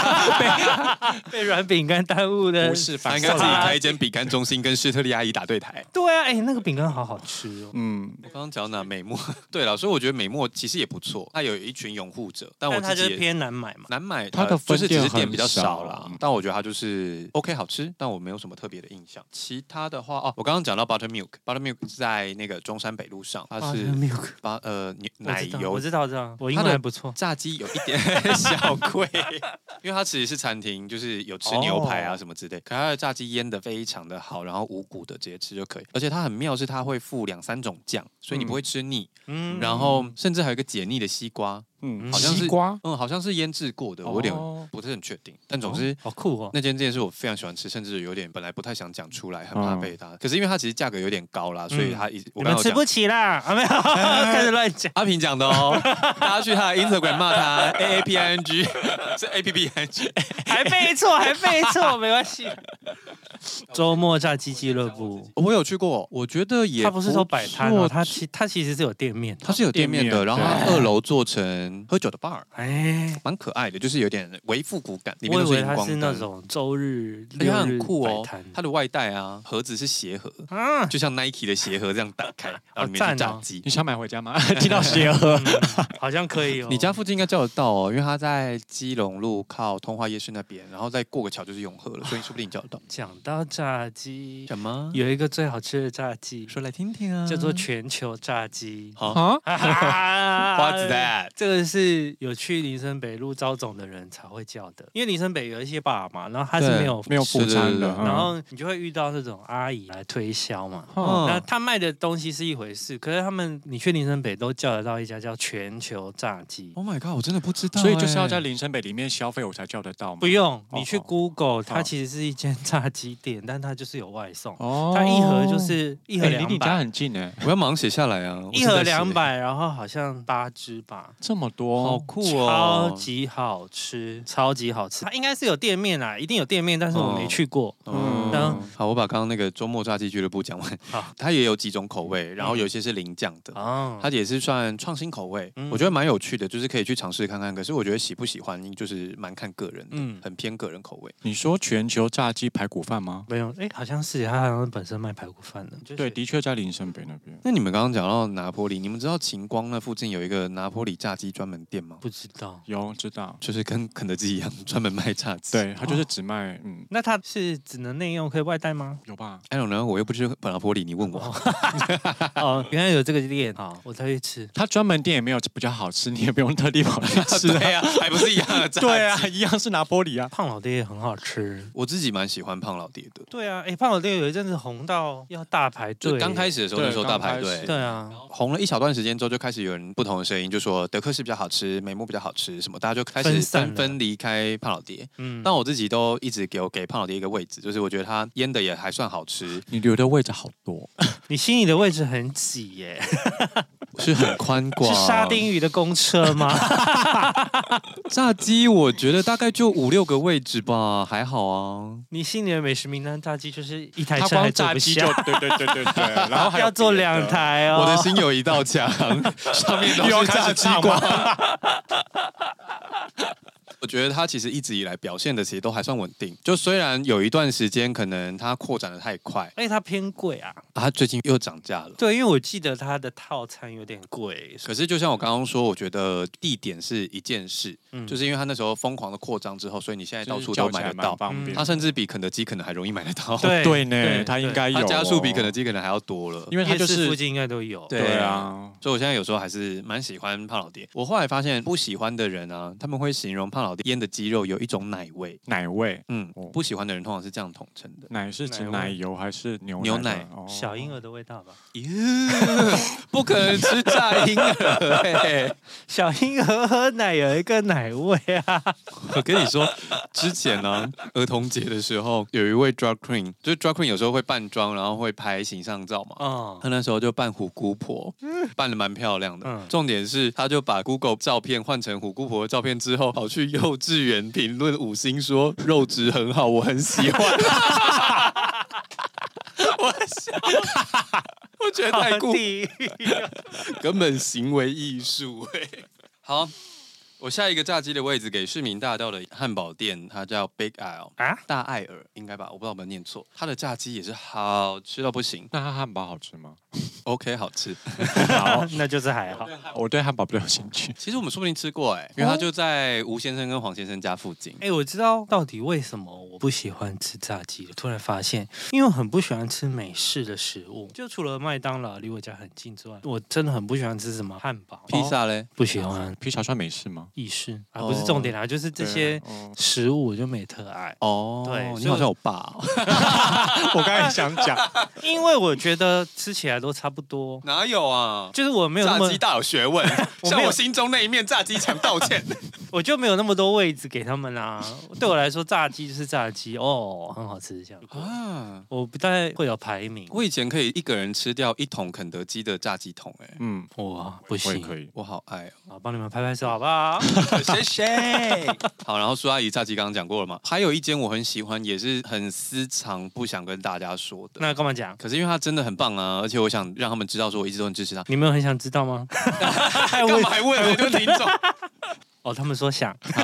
Speaker 3: 被软饼干耽误的
Speaker 1: 不。是
Speaker 2: 他
Speaker 1: 反
Speaker 2: 应
Speaker 1: 过
Speaker 2: 该自己
Speaker 1: 来，
Speaker 2: 开一间饼干中心，跟施特利阿姨打对台。
Speaker 3: 对啊，哎，那个饼干好好吃哦。
Speaker 1: 嗯，
Speaker 2: 我刚刚讲哪美墨， 对了，所以我觉得美墨其实也不错，它有一群拥护者，但我
Speaker 3: 但它
Speaker 2: 自
Speaker 3: 就
Speaker 2: 己
Speaker 3: 是
Speaker 2: 也
Speaker 3: 偏难买嘛。
Speaker 2: 难买，呃
Speaker 1: 它的
Speaker 2: 就是
Speaker 1: 分
Speaker 2: 只
Speaker 1: 店
Speaker 2: 是店
Speaker 1: 很
Speaker 2: 比较少啊
Speaker 1: 少
Speaker 2: 啦
Speaker 1: 嗯，
Speaker 2: 但我觉得它就是 OK 好吃，但我没有什么特别的印象。其他的话，哦，我刚刚讲到 Buttermilk，Buttermilk 在那个中山北路上，它是
Speaker 3: milk
Speaker 2: 巴呃牛
Speaker 3: 我
Speaker 2: 奶
Speaker 3: 知道
Speaker 2: 油
Speaker 3: 我知道，我知道，我英
Speaker 2: 它
Speaker 3: 文
Speaker 2: 的
Speaker 3: 还不错。
Speaker 2: 炸鸡有一点小贵，因为它其实是餐厅，就是有吃
Speaker 1: 哦
Speaker 2: 牛排啊什么之类，可它的炸鸡腌的非常的好，然后无骨的直接吃就可以，而且它很妙是它会附两三种酱，所以你不会吃腻，
Speaker 3: 嗯
Speaker 2: 然后甚至还有一个解腻的西瓜，
Speaker 1: 嗯，
Speaker 2: 好像是
Speaker 1: 西瓜，
Speaker 2: 嗯，好像是腌制过的，我有点
Speaker 1: 哦
Speaker 2: 不是很确定，但总之。
Speaker 3: 好酷哦，
Speaker 2: 那间店是我非常喜欢吃，甚至有点本来不太想讲出来，很怕被他。可是因为它其实价格有点高啦，所以它一、我刚
Speaker 3: 嗯你们
Speaker 2: 刚有
Speaker 3: 吃
Speaker 2: 讲
Speaker 3: 不起啦，啊没有， 开始乱 讲。
Speaker 2: 阿平讲的 哦，大家去他的 Instagram 骂他 A A P I N G 是 A P P I N G，
Speaker 3: 还背错，还背 错，没关系。周末炸鸡俱乐部，
Speaker 2: 我有去过，我觉得也
Speaker 3: 它不是说摆摊
Speaker 2: 不
Speaker 3: 哦，
Speaker 2: 错
Speaker 3: 它其它其实是有店面的。
Speaker 2: 它是有店面的，
Speaker 1: 店面
Speaker 2: 然后它二楼做成喝酒的 bar，
Speaker 3: 哎，
Speaker 2: 蛮可爱的，就是有点微复古感，里面
Speaker 3: 我
Speaker 2: 都是
Speaker 3: 以为
Speaker 2: 荧
Speaker 3: 它
Speaker 2: 光
Speaker 3: 是
Speaker 2: 灯
Speaker 3: 那，种周日
Speaker 2: 而且它
Speaker 3: 六
Speaker 2: 很
Speaker 3: 日
Speaker 2: 酷
Speaker 3: 摆
Speaker 2: 哦
Speaker 3: 摊，
Speaker 2: 它的外带啊盒子是鞋盒，
Speaker 3: 啊，
Speaker 2: 就像 Nike 的鞋盒这样打开，然后里面
Speaker 3: 赞
Speaker 2: 是
Speaker 3: 哦
Speaker 2: 炸鸡。
Speaker 1: 你想买回家吗？ 听到邪 恶，
Speaker 3: 嗯好像可以哦。
Speaker 2: 你家附近应该叫得到哦，因为它在基隆路靠通化夜市那边，然后再过个桥就是永和了，所以说不定你叫得到。
Speaker 3: 讲到炸鸡，
Speaker 2: 什么？
Speaker 3: 有一个最好吃的炸鸡，
Speaker 2: 说来听听啊，
Speaker 3: 叫做全球 炸鸡。啊
Speaker 2: 好
Speaker 1: 啊，
Speaker 3: 花
Speaker 2: What's that？
Speaker 3: 这个是有去林森北路招总的人才会叫的，因为林森北有一些爸嘛，然后哦他是
Speaker 2: 对
Speaker 3: 没有
Speaker 1: 没有
Speaker 2: 是
Speaker 1: 副餐的，
Speaker 2: 对对对
Speaker 1: 嗯
Speaker 3: 然后哦你就会遇到那种阿姨来推销嘛。
Speaker 1: 嗯
Speaker 3: 那他卖的东西是一回事，可是他们你去林森北都叫得到一家叫全球炸鸡，
Speaker 1: 哦
Speaker 2: Oh my god！我真的不知道欸、
Speaker 1: 所以就是要在林森北里面消费，我才叫得到嘛。
Speaker 3: 不用你去
Speaker 1: 哦
Speaker 3: Google，它
Speaker 1: 哦
Speaker 3: 其实是一间炸鸡店，但它就是有外送，
Speaker 1: 哦
Speaker 3: 它一盒就是一盒
Speaker 1: 哎离
Speaker 3: 两
Speaker 1: 你家
Speaker 3: 百，
Speaker 1: 很近哎，
Speaker 2: 我要马上写下来啊！我
Speaker 3: 一
Speaker 2: 正
Speaker 3: 盒
Speaker 2: 在写
Speaker 3: 两，百，然后好像八只吧。
Speaker 1: 这么
Speaker 2: 好
Speaker 1: 多，
Speaker 2: 酷哦！
Speaker 3: 超级好吃，超级好吃。它应该是有店面啦，一定有店面，但是我没
Speaker 2: 哦
Speaker 3: 去过。
Speaker 2: 嗯，
Speaker 3: 当
Speaker 2: 好，我把刚刚那个周末炸鸡俱乐部讲完。
Speaker 3: 好嗯
Speaker 2: 它也有几种口味，然后有一些是零酱的。
Speaker 3: 啊，
Speaker 2: 它也是算创新口味，
Speaker 3: 嗯
Speaker 2: 我觉得蛮有趣的，就是可以去尝试看看。可是我觉得喜不喜欢，就是蛮看个人的，
Speaker 3: 嗯
Speaker 2: 很偏个人口味。
Speaker 1: 你说全球炸鸡排骨饭吗？
Speaker 3: 没有，哎，好像是，它好像本身卖排骨饭的。就是
Speaker 1: 对，的确在林森北那边。
Speaker 2: 那你们刚刚讲到拿坡里，你们知道晴光那附近有一个拿坡里炸鸡专门店吗？
Speaker 3: 不知道。
Speaker 1: 有知道，
Speaker 2: 就是跟肯德基一样，专门卖炸鸡。
Speaker 1: 对他就是只卖，嗯，？
Speaker 3: 那它是只能内用，可以外带吗
Speaker 1: 有吧？
Speaker 2: ，I don't know，我又不是拿坡里，你问我。
Speaker 3: 哦，原来有这个店啊，好我才去吃。
Speaker 1: 他专门店也没有比较好吃，你也不用特地跑去吃啊。
Speaker 2: 对啊，还不是一样的炸鸡。
Speaker 1: 对啊，一样是拿玻璃啊。
Speaker 3: 胖老爹也很好吃。
Speaker 2: 我自己蛮喜欢胖老爹的，
Speaker 3: 对啊，哎，胖老爹有一阵子红到要大排
Speaker 2: 就
Speaker 3: 队。
Speaker 2: 刚开始的时候
Speaker 1: 对
Speaker 2: 那时候大排
Speaker 1: 刚开
Speaker 2: 队
Speaker 1: 始。
Speaker 3: 对啊，
Speaker 2: 红了一小段时间之后，就开始有人不同的声音，就说德克士比较好吃，美目比较好吃，什么，大家就开始
Speaker 3: 分散了
Speaker 2: 纷纷离开胖老爹。
Speaker 3: 嗯，
Speaker 2: 但我自己都一直给我给胖老爹一个位置，就是我觉得他腌的也还算好吃，
Speaker 1: 你留的位置好多，
Speaker 3: 你心里的位置很挤 耶，
Speaker 2: 是很宽广。
Speaker 3: 是沙丁鱼的公车吗？
Speaker 2: 炸鸡，我觉得大概就五六个位置吧，还好啊。
Speaker 3: 你心里的美食名单炸鸡就是一台
Speaker 1: 他
Speaker 3: 车还
Speaker 1: 光
Speaker 3: 坐
Speaker 1: 炸
Speaker 3: 不
Speaker 1: 鸡
Speaker 3: 下
Speaker 1: 就。对对对对对，然后还有
Speaker 3: 要做
Speaker 1: 别的
Speaker 3: 两。台哦。
Speaker 2: 我的心有一道墙， 上面
Speaker 1: 又
Speaker 2: 都
Speaker 1: 要
Speaker 2: 是
Speaker 1: 开
Speaker 2: 炸
Speaker 1: 始
Speaker 2: 鸡
Speaker 1: 唱
Speaker 2: 馆。我觉得他其实一直以来表现的其实都还算稳定，就虽然有一段时间可能他扩展的太快，
Speaker 3: 而且它偏贵啊，
Speaker 2: 啊，他最近又涨价了。
Speaker 3: 对，因为我记得它的套餐有点贵，
Speaker 2: 可是就像我刚刚说，我觉得地点是一件事，
Speaker 3: 嗯
Speaker 2: 就是因为他那时候疯狂的扩张之后，所以你现在到处都买得到，
Speaker 1: 方
Speaker 3: 嗯
Speaker 1: 便
Speaker 2: 他。甚至比肯德基可能还容易买得到，
Speaker 3: 对
Speaker 1: 对呢，他应该有
Speaker 2: 他
Speaker 1: 哦。
Speaker 2: 加速比肯德基可能还要多了。
Speaker 1: 因为他
Speaker 3: 夜
Speaker 1: 就
Speaker 3: 市附
Speaker 1: 是
Speaker 3: 近应该都有。
Speaker 2: 对
Speaker 1: 对啊，
Speaker 2: 所以我现在有时候还是蛮喜欢胖老爹。我后来发现不喜欢的人啊，他们会形容胖老爹腌的鸡肉有一种奶味。
Speaker 1: 奶味，
Speaker 2: 嗯
Speaker 1: 哦，
Speaker 2: 不喜欢的人通常是这样统称的。
Speaker 1: 奶是指
Speaker 3: 奶味
Speaker 1: 奶油还是牛
Speaker 2: 牛
Speaker 1: 的
Speaker 2: 奶？
Speaker 1: 哦
Speaker 3: 小婴儿的味道吧，
Speaker 2: 不可能吃炸婴儿、欸。
Speaker 3: 小婴儿喝奶有一个奶味啊，
Speaker 2: 我跟你说，之前呢、儿童节的时候，有一位 drag queen，就是 drag queen 有时候会扮装，然后会拍形象照嘛。
Speaker 3: 嗯，
Speaker 2: 她那时候就扮虎姑婆，扮的蛮漂亮的。
Speaker 3: 嗯
Speaker 2: 重点是，她就把 Google 照片换成虎姑婆的照片之后，跑去幼稚园评论五星说肉质很好，我很喜 欢。我笑，我觉得太酷，
Speaker 3: 地狱
Speaker 2: 根本行为艺术哎。 好，我下一个炸鸡的位置给市民大道的汉堡店，它叫 Big Isle。
Speaker 3: 啊，
Speaker 2: 大艾尔应该吧，我不知道有没有念错。它的炸鸡也是好吃到不行
Speaker 1: 那他汉堡好吃吗？
Speaker 2: ，OK，好吃。
Speaker 3: 好，那就是还好。
Speaker 1: 我对汉堡不太有兴趣。
Speaker 2: 其实我们说不定吃过哎、因为它就在吴先生跟黄先生家附近。
Speaker 3: 哎，我知道到底为什么我不喜欢吃炸鸡了。突然发现，因为我很不喜欢吃美式的食物，就除了麦当劳离我家很近之外，我真的很不喜欢吃什么汉堡、哦
Speaker 2: 披萨嘞？
Speaker 3: 不喜欢。
Speaker 1: 披萨算美式吗？
Speaker 3: 意式啊，不是重点啦，就是这些
Speaker 1: 哦
Speaker 3: 食物我就没特爱，
Speaker 2: 哦，
Speaker 3: 对所以
Speaker 2: 你好像有爸、哦，
Speaker 1: 我刚才想讲，
Speaker 3: 因为我觉得吃起来都差不多，
Speaker 2: 哪有啊？
Speaker 3: 就是我没有那
Speaker 2: 炸
Speaker 3: 么
Speaker 2: 鸡，大有学 问，
Speaker 3: 我
Speaker 2: 向
Speaker 3: 没有
Speaker 2: 我心中那一面炸鸡墙道歉。
Speaker 3: 我就没有那么多位置给他们啦。对我来说，炸鸡就是炸鸡哦，很好吃这样。
Speaker 2: 啊，
Speaker 3: 我不太会有排名，
Speaker 2: 我以前可以一个人吃掉一桶肯德基的炸鸡桶、哎，
Speaker 1: 嗯，
Speaker 3: 哇，不
Speaker 1: 我也
Speaker 3: 行，
Speaker 1: 可以。
Speaker 2: 我好爱哦。
Speaker 3: 好帮你们拍拍手好不好？
Speaker 2: 谢谢。 好，然后苏阿姨炸鸡刚刚讲过了嘛，还有一间我很喜欢，也是很私藏，不想跟大家说的。
Speaker 3: 那干嘛讲？
Speaker 2: 可是因为它真的很棒啊，而且我想让他们知道，说我一直都很支持他。
Speaker 3: 你们有很想知道吗？
Speaker 2: 还干嘛还问人就听众？
Speaker 3: 哦，他们说想，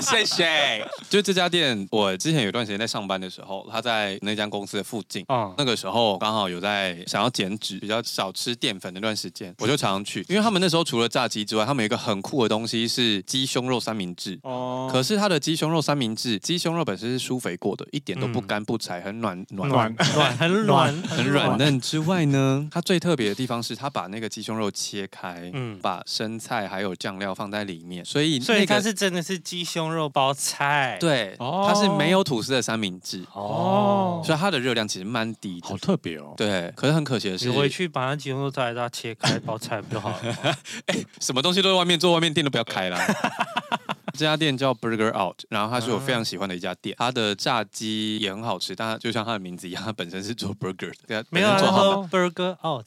Speaker 2: 谢谢。就这家店，我之前有一段时间在上班的时候，他在那家公司的附近。
Speaker 3: 哦，
Speaker 2: 那个时候刚好有在想要减脂，比较少吃淀粉那段时间，我就常常去，因为他们那时候除了炸鸡之外，他们有一个很酷的东西是鸡胸肉三明治。
Speaker 1: 哦
Speaker 2: 可是它的鸡胸肉三明治，鸡胸肉本身是疏肥过的，一点都
Speaker 3: 嗯
Speaker 2: 不干不柴，很软软
Speaker 1: 暖
Speaker 3: 软很软
Speaker 2: 很软，嫩之外呢， 它最特别的地方是它把那个鸡胸肉切开，
Speaker 3: 嗯
Speaker 2: 把生菜还有酱料放在里面，所以
Speaker 3: 所以
Speaker 2: 那
Speaker 3: 它
Speaker 2: 个
Speaker 3: 是真的是鸡胸肉包菜，，
Speaker 2: 对，
Speaker 1: 哦
Speaker 2: 它是没有吐司的三明治，
Speaker 3: 哦，
Speaker 2: 所以它的热量其实蛮低的。
Speaker 1: 好特别哦。
Speaker 2: 对，可是很可惜的
Speaker 3: 你
Speaker 2: 是，
Speaker 3: 回去把那鸡胸肉再给它切开包菜不就好了吗？
Speaker 2: 什么东西都在外面做，外面店都不要 开啦。这家店叫 Burger Out，然后它是我非常
Speaker 3: 嗯
Speaker 2: 喜欢的一家店，它的炸鸡也很好吃，但它就像它的名字一样，它本身是做 burger 的，对它
Speaker 3: 没有啊，
Speaker 2: 本身
Speaker 3: 那
Speaker 2: 做
Speaker 3: 时
Speaker 2: 汉
Speaker 3: 候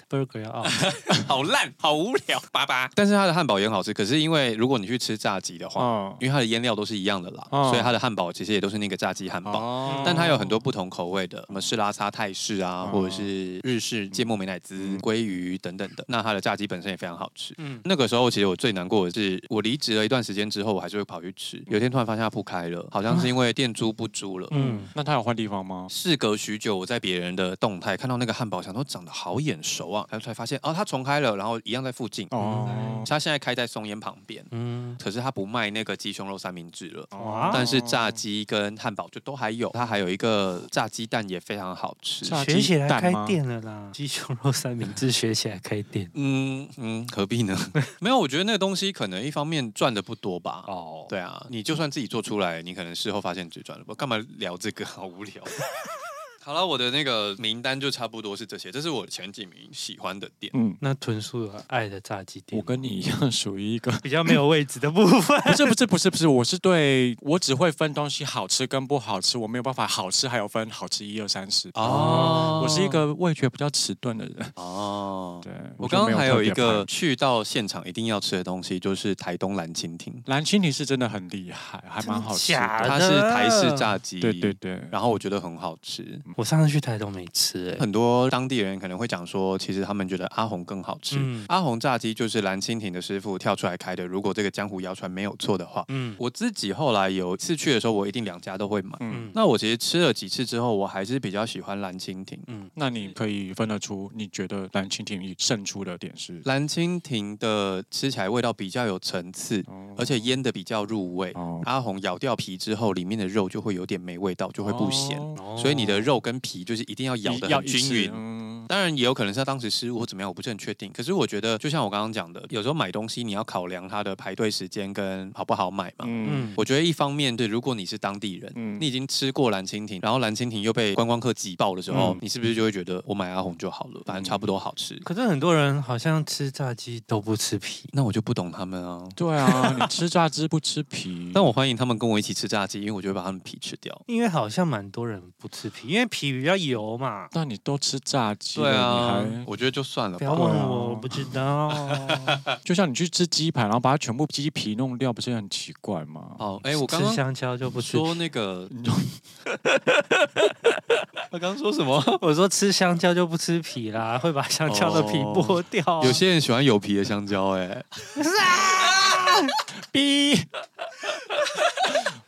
Speaker 3: burger out，burger 要 out，
Speaker 2: 好烂，好无聊，爸爸。但是它的汉堡也很好吃，可是因为如果你去吃炸鸡的话，
Speaker 1: 哦
Speaker 2: 因为它的腌料都是一样的啦，
Speaker 1: 哦
Speaker 2: 所以它的汉堡其实也都是那个炸鸡汉堡。
Speaker 1: 哦
Speaker 2: 但它有很多不同口味的，什么是拉沙泰式啊，
Speaker 1: 哦嗯
Speaker 2: 或者是日式芥末美乃滋、鲑鱼等等的。那它的炸鸡本身也非常好吃。
Speaker 3: 嗯，
Speaker 2: 那个时候，其实我最难过的是，我离职了一段时间之后，我还是会跑去吃。有一天突然发现它不开了，好像是因为店租不租了。
Speaker 1: 嗯，那他有换地方吗？
Speaker 2: 事隔许久，我在别人的动态看到那个汉堡，想说长得好眼熟啊，然后才发现哦，它重开了，然后一样在附近。
Speaker 1: 哦，
Speaker 2: 它现在开在松烟旁边，
Speaker 3: 嗯，
Speaker 2: 可是它不卖那个鸡胸肉三明治了。
Speaker 1: 哦
Speaker 3: 哇
Speaker 2: 但是炸鸡跟汉堡就都还有，它还有一个炸鸡蛋也非常好吃。
Speaker 1: 炸鸡
Speaker 3: 学起来
Speaker 1: 蛋
Speaker 3: 开
Speaker 1: 吗
Speaker 3: 店了啦， 鸡胸肉三明治学起来开店
Speaker 2: 嗯嗯，何必呢？没有，我觉得那个东西可能一方面赚的不多吧。
Speaker 3: 哦，
Speaker 2: 对啊，你就算自己做出来，你可能事后发现只赚了不多，干嘛聊这个？好无聊。好了，我的那个名单就差不多是这些，这是我前几名喜欢的店。
Speaker 1: 嗯，
Speaker 3: 那豚叔有爱的炸鸡店
Speaker 1: 我
Speaker 3: 吗，
Speaker 1: 跟你一样属于一个，
Speaker 3: 比较没有位置的部分
Speaker 1: 不是不是不是不是，我是对我只会分东西好吃跟不好吃，我没有办法好吃还有分好吃一二三四。
Speaker 2: 哦
Speaker 1: 我是一个味觉比较迟钝的人。
Speaker 2: 哦。
Speaker 1: 对，
Speaker 2: 我
Speaker 1: 就
Speaker 2: 刚
Speaker 1: 没
Speaker 2: 刚还有
Speaker 1: 特
Speaker 2: 一
Speaker 1: 别
Speaker 2: 个
Speaker 1: 排
Speaker 2: 去到现场一定要吃的东西，就是台东蓝蜻蜓，
Speaker 1: 蓝蜻蜓是真的很厉害，还蛮好吃
Speaker 3: 真的假
Speaker 1: 的。
Speaker 3: 的
Speaker 2: 它是台式炸鸡，
Speaker 1: 啊对对嗯对，
Speaker 2: 然后我觉得很好吃。
Speaker 3: 我上次去台东没吃，哎，
Speaker 2: 很多当地人可能会讲说，其实他们觉得阿红更好吃。
Speaker 3: 嗯
Speaker 2: 阿红炸鸡就是蓝蜻蜓的师傅跳出来开的。如果这个江湖谣传没有错的话，
Speaker 3: 嗯
Speaker 2: 我自己后来有一次去的时候，我一定两家都会买。
Speaker 1: 嗯，
Speaker 3: 嗯，
Speaker 2: 那我其实吃了几次之后，我还是比较喜欢蓝蜻蜓。
Speaker 3: 嗯，
Speaker 1: 那你可以分得出你觉得蓝蜻蜓胜出的点是？
Speaker 2: 蓝蜻蜓的吃起来味道比较有层次，
Speaker 1: 哦
Speaker 2: 而且腌的比较入味。
Speaker 1: 哦，
Speaker 2: 阿红咬掉皮之后，里面的肉就会有点没味道，就会不咸。
Speaker 1: 哦
Speaker 2: 所以你的肉跟皮就是一定要咬
Speaker 1: 一
Speaker 2: 得
Speaker 1: 要
Speaker 2: 很
Speaker 1: 一
Speaker 2: 均
Speaker 1: 致
Speaker 2: 匀。
Speaker 1: 嗯
Speaker 2: 当然也有可能是他当时失误或怎么样，我不是很确定。可是我觉得，就像我刚刚讲的，有时候买东西你要考量它的排队时间跟好不好买嘛。
Speaker 1: 嗯
Speaker 3: 嗯，
Speaker 2: 我觉得一方面对，如果你是当地人，
Speaker 1: 嗯
Speaker 2: 你已经吃过蓝蜻蜓，然后蓝蜻蜓又被观光客挤爆的时候，
Speaker 1: 嗯
Speaker 2: 你是不是就会觉得我买阿红就好了，反正差不多好吃？
Speaker 3: 可是很多人好像吃炸鸡都不吃皮，
Speaker 2: 那我就不懂他们啊。，
Speaker 1: 对啊，你吃榨汁不吃皮
Speaker 2: 但我欢迎他们跟我一起吃炸鸡，因为我就会把他们皮吃掉。
Speaker 3: 因为好像蛮多人不吃皮，因为皮比较油嘛。
Speaker 1: 那你都吃炸鸡了，
Speaker 2: 对啊
Speaker 1: 你还，
Speaker 2: 我觉得就算了
Speaker 3: 不要
Speaker 2: 吧。
Speaker 3: 问
Speaker 1: 对啊
Speaker 3: 我，我不知道。
Speaker 1: 就像你去吃鸡排，然后把它全部鸡皮弄掉，不是很奇怪吗？
Speaker 2: 好，哎，我刚
Speaker 3: 吃
Speaker 2: 刚
Speaker 3: 香蕉就不吃皮。
Speaker 2: 说那个，
Speaker 1: 你就
Speaker 2: 他刚刚说什么？
Speaker 3: 我说吃香蕉就不吃皮啦，会把香蕉的皮剥掉
Speaker 1: 哦
Speaker 3: 啊、
Speaker 2: 有些人喜欢有皮的香蕉、哎，
Speaker 1: 逼。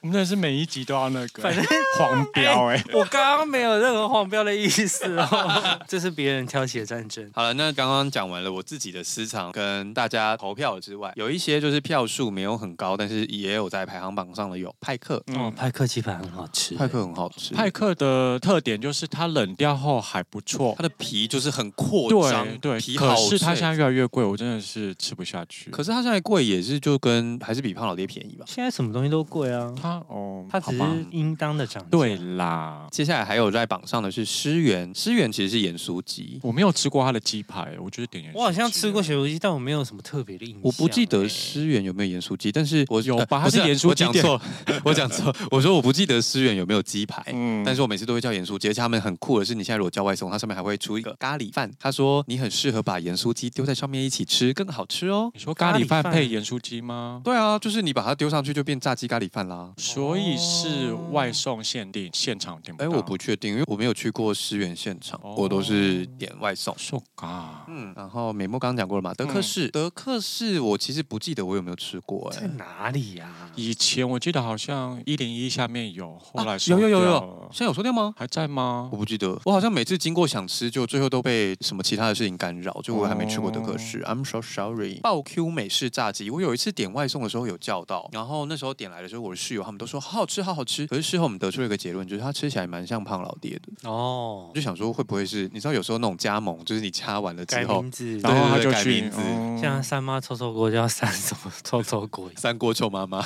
Speaker 1: 我们真的是每一集都要那个，反正黄标哎、
Speaker 3: 我刚刚没有任何黄标的意思哦， 这是别人挑起的战争。
Speaker 2: 好了，那刚刚讲完了我自己的私藏跟大家投票之外，有一些就是票数没有很高，但是也有在排行榜上的有派克，
Speaker 1: 嗯，
Speaker 3: 派克鸡排很好吃，
Speaker 2: 派克很好吃，
Speaker 1: 派克的特点就是它冷掉后还不错
Speaker 2: 它，的皮就是很扩张
Speaker 1: 对，
Speaker 2: 皮
Speaker 1: 对，
Speaker 2: 好
Speaker 1: 可是它
Speaker 2: 脆
Speaker 1: 现在越来越贵，我真的是吃不下去。
Speaker 2: 可是它现在贵也是就跟还是比胖老爹便宜吧。
Speaker 3: 现在什么东西都贵啊，
Speaker 1: 它哦，
Speaker 3: 它只
Speaker 1: 好吧
Speaker 3: 是应当的涨价。
Speaker 1: 对啦，
Speaker 2: 接下来还有在榜上的是诗源，诗源其实是盐酥鸡，
Speaker 1: 我没有吃过它的鸡排，我就是点盐酥啊鸡
Speaker 3: 我好像吃过咸酥鸡，但我没有什么特别的印象。哎
Speaker 2: 我不记得
Speaker 3: 是。
Speaker 2: 诗源有没有盐酥鸡，但是我
Speaker 1: 欸有
Speaker 2: 呃
Speaker 1: 吧它
Speaker 2: 不是
Speaker 1: 是盐酥
Speaker 2: 我
Speaker 1: 鸡
Speaker 2: 讲
Speaker 1: 店
Speaker 2: 错， 我讲错，我说我不记得诗源有没有鸡排。
Speaker 1: 嗯
Speaker 2: 但是我每次都会叫盐酥鸡，而且他们很酷的是，你现在如果叫外送，它上面还会出一个咖喱饭。他说你很适合把盐酥鸡丢在上面一起吃，更好吃哦。
Speaker 1: 你说咖喱
Speaker 3: 咖喱
Speaker 1: 饭
Speaker 3: 饭
Speaker 1: 配盐酥鸡吗？
Speaker 2: 对啊，就是你把它丢上去就变炸鸡咖喱饭啦。
Speaker 1: 所以是外送限定，现场点不
Speaker 2: 哎，
Speaker 1: 到。
Speaker 2: 我不确定，因为我没有去过诗源现场，
Speaker 1: 哦
Speaker 2: 我都是点外送。
Speaker 1: 说嘎，
Speaker 2: 嗯，然后美墨刚刚讲过了嘛，德
Speaker 1: 嗯
Speaker 2: 克士，德克士我其实不记得我有没有吃过、
Speaker 3: 在
Speaker 2: 哎，
Speaker 3: 哪里啊呀、
Speaker 1: 以前我记得好像一零一下面有，后来
Speaker 2: 啊
Speaker 1: 收
Speaker 2: 有有有
Speaker 1: 掉
Speaker 2: 有
Speaker 1: 了，
Speaker 2: 现在有收掉吗？
Speaker 1: 还在吗
Speaker 2: 我？不记得，我好像每次经过想吃，就最后都被什么其他的事情干扰，就我还没吃过
Speaker 3: 哦
Speaker 2: 德克士、i m so sorry。爆 Q 美式炸鸡，我有一次点外送的时候有叫到，然后那时候点来的时候，我的室友他们都说好好吃，好好吃。可是事后我们得出了一个结论，就是它吃起来蛮像胖老爹的。
Speaker 3: 哦
Speaker 2: 我，就想说会不会是，你知道有时候那种加盟，就是你加完了
Speaker 3: 改
Speaker 2: 之后
Speaker 3: 名，字，
Speaker 1: 然后他
Speaker 2: 对对
Speaker 1: 就
Speaker 2: 改
Speaker 1: 去
Speaker 2: 名字，
Speaker 1: 哦
Speaker 3: 像三妈臭臭锅叫三什么臭臭锅
Speaker 2: 三锅臭妈妈。